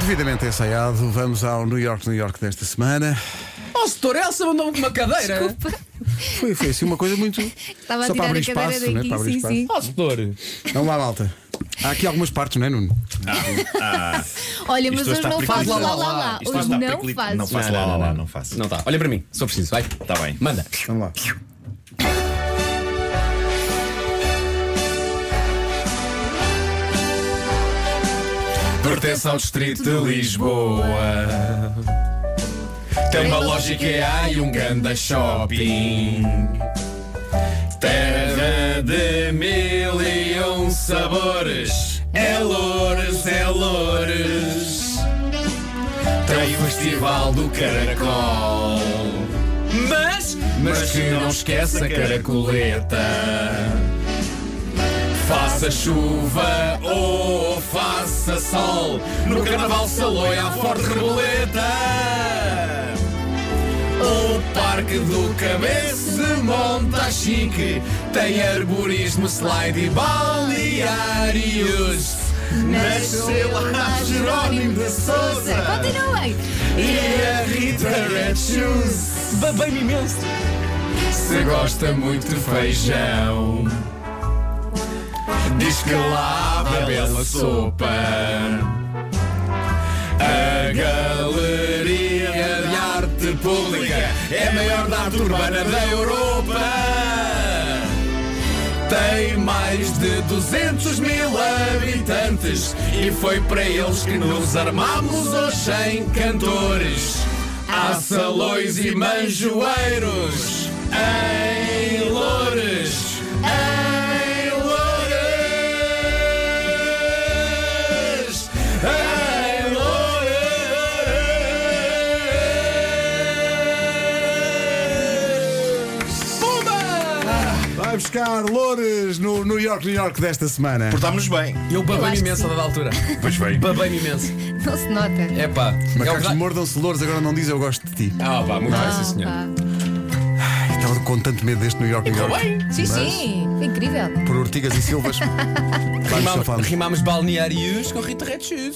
Devidamente ensaiado, vamos ao New York, New York desta semana. Oh, setor Elsa mandou-me uma cadeira. Desculpa, Foi, foi assim uma coisa muito. estava Só a para tirar abrir a cadeira espaço, né? daqui. Para abrir sim, espaço. sim. Oh, setor. Vamos lá, malta. Há aqui algumas partes, não é, Nuno? Olha, Isto hoje mas hoje está não faz lá periclitante. lá lá lá. Isto Ah, Hoje está não periclito. faz. Não faço Não, lá, não, lá, lá, não. não faço. Não tá. Olha para mim, só preciso, vai. Está bem. Manda. Vamos lá. Pertence ao distrito de Lisboa. Tem uma loja IKEA e um ganda shopping. Terra de mil e um sabores. É Loures, é Loures. Tem o festival do caracol. Mas, mas que não esqueça a caracoleta. Faça chuva ou faça sol, no carnaval saloia a forte reboleta. O parque do cabeça monta chique, tem arborismo, slide e balneários. Nasceu lá Jerónimo de Souza Continuem. e a Rita Red Shoes. Babei-me imenso. Se gosta muito de feijão, diz que lá há bela sopa. A Galeria de Arte Pública é a maior da arte urbana da Europa. Tem mais de 200 mil habitantes e foi para eles que nos armamos hoje em cantores. Há salões e manjoeiros em Loures, em Loures, em Loures. Pumba! Vai buscar Loures no New York, New York desta semana. Portámos-nos bem. Eu Eu babei-me acho imenso a dada altura. Pois bem. Babei-me imenso. Não se nota. É pá. É Macacos o que mordam-se Loures, agora não diz eu gosto de ti. dá- Ah, pá, muito bem, Ah, sim, senhor. pá. Ai, Estava com tanto medo deste New York, Tá New York. Sim, sim. Foi Incrível. é? Por Ortigas e Silvas. Vai Rimámos, safado. rimámos balneários com Rita Red Shoes.